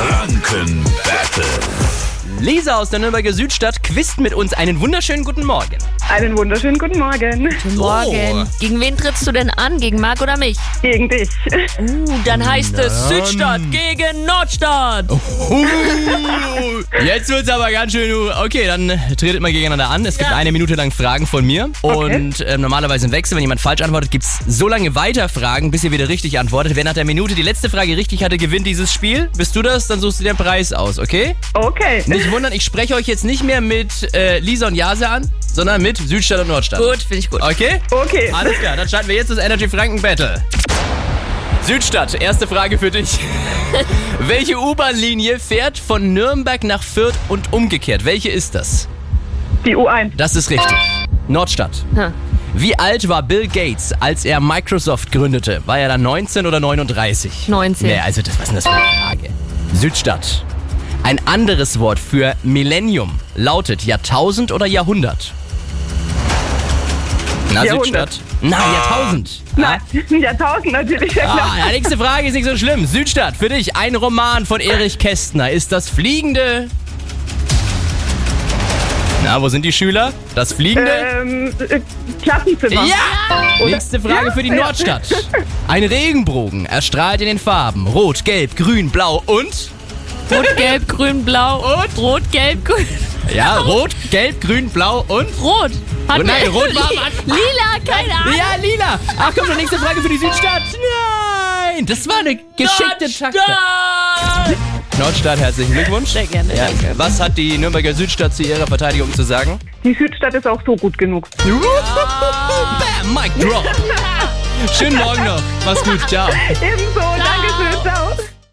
Franken Battle. Lisa aus der Nürnberger Südstadt quist mit uns einen wunderschönen guten Morgen. Einen wunderschönen guten Morgen Oh. Guten Morgen. Gegen wen trittst du denn an? Gegen Marc oder mich? gegen dich. Uh, dann heißt es Südstadt gegen Nordstadt. Oh. Jetzt wird's aber ganz schön. uh, Okay, dann tretet mal gegeneinander an. Es gibt Ja. eine Minute lang Fragen von mir. Okay. Und ähm, normalerweise im Wechsel, wenn jemand falsch antwortet, gibt's so lange weiter Fragen, bis ihr wieder richtig antwortet. Wer nach der Minute die letzte Frage richtig hatte, gewinnt dieses Spiel. Bist du das, dann suchst du den Preis aus, okay? Okay. Nicht wundern, ich spreche euch jetzt nicht mehr mit äh, Lisa und Jase an, sondern mit Südstadt und Nordstadt. Gut, finde ich gut. Okay? Okay. Alles klar, dann starten wir jetzt das Energy Franken Battle. Südstadt, erste Frage für dich. Welche U-Bahn-Linie fährt von Nürnberg nach Fürth und umgekehrt? Welche ist das? Die U1. Das ist richtig. Nordstadt. Hm. Wie alt war Bill Gates, als er Microsoft gründete? War er dann 19 oder 39? 19. Nee, also das, was ist denn das für eine Frage? Südstadt. Ein anderes Wort für Millennium lautet Jahrtausend oder Jahrhundert? Na, Jahrhundert. Ah. Südstadt. Na, Jahrtausend. Nein, Jahrtausend natürlich. Ja, Ah, klar. ja, nächste Frage ist nicht so schlimm. Südstadt, für dich ein Roman von Erich Kästner. Ist das Fliegende? Na, wo sind die Schüler? Das Fliegende? Ähm, äh, Klassenzimmer. Ja! Nächste Frage für die Ja. Nordstadt. Ein Regenbogen erstrahlt in den Farben Rot, Gelb, Grün, Blau und? Rot, gelb, grün, blau. Und? Rot, gelb, grün. Ja, Rot, Gelb, Grün, Blau und? Rot. Hat Oh nein, mir- rot war am Anfang. Lila, keine Ahnung. Ja, lila. Ach komm, schon nächste Frage für die Südstadt. Nein, das war eine geschickte Taktik. Nordstadt. Nordstadt, herzlichen Glückwunsch. Sehr gerne, Ja. danke. Was hat die Nürnberger Südstadt zu ihrer Verteidigung zu sagen? Die Südstadt ist auch so gut genug. Bam, Mic Drop. Schönen Morgen noch. Mach's gut, ciao. Ebenso. Dankeschön. Ciao.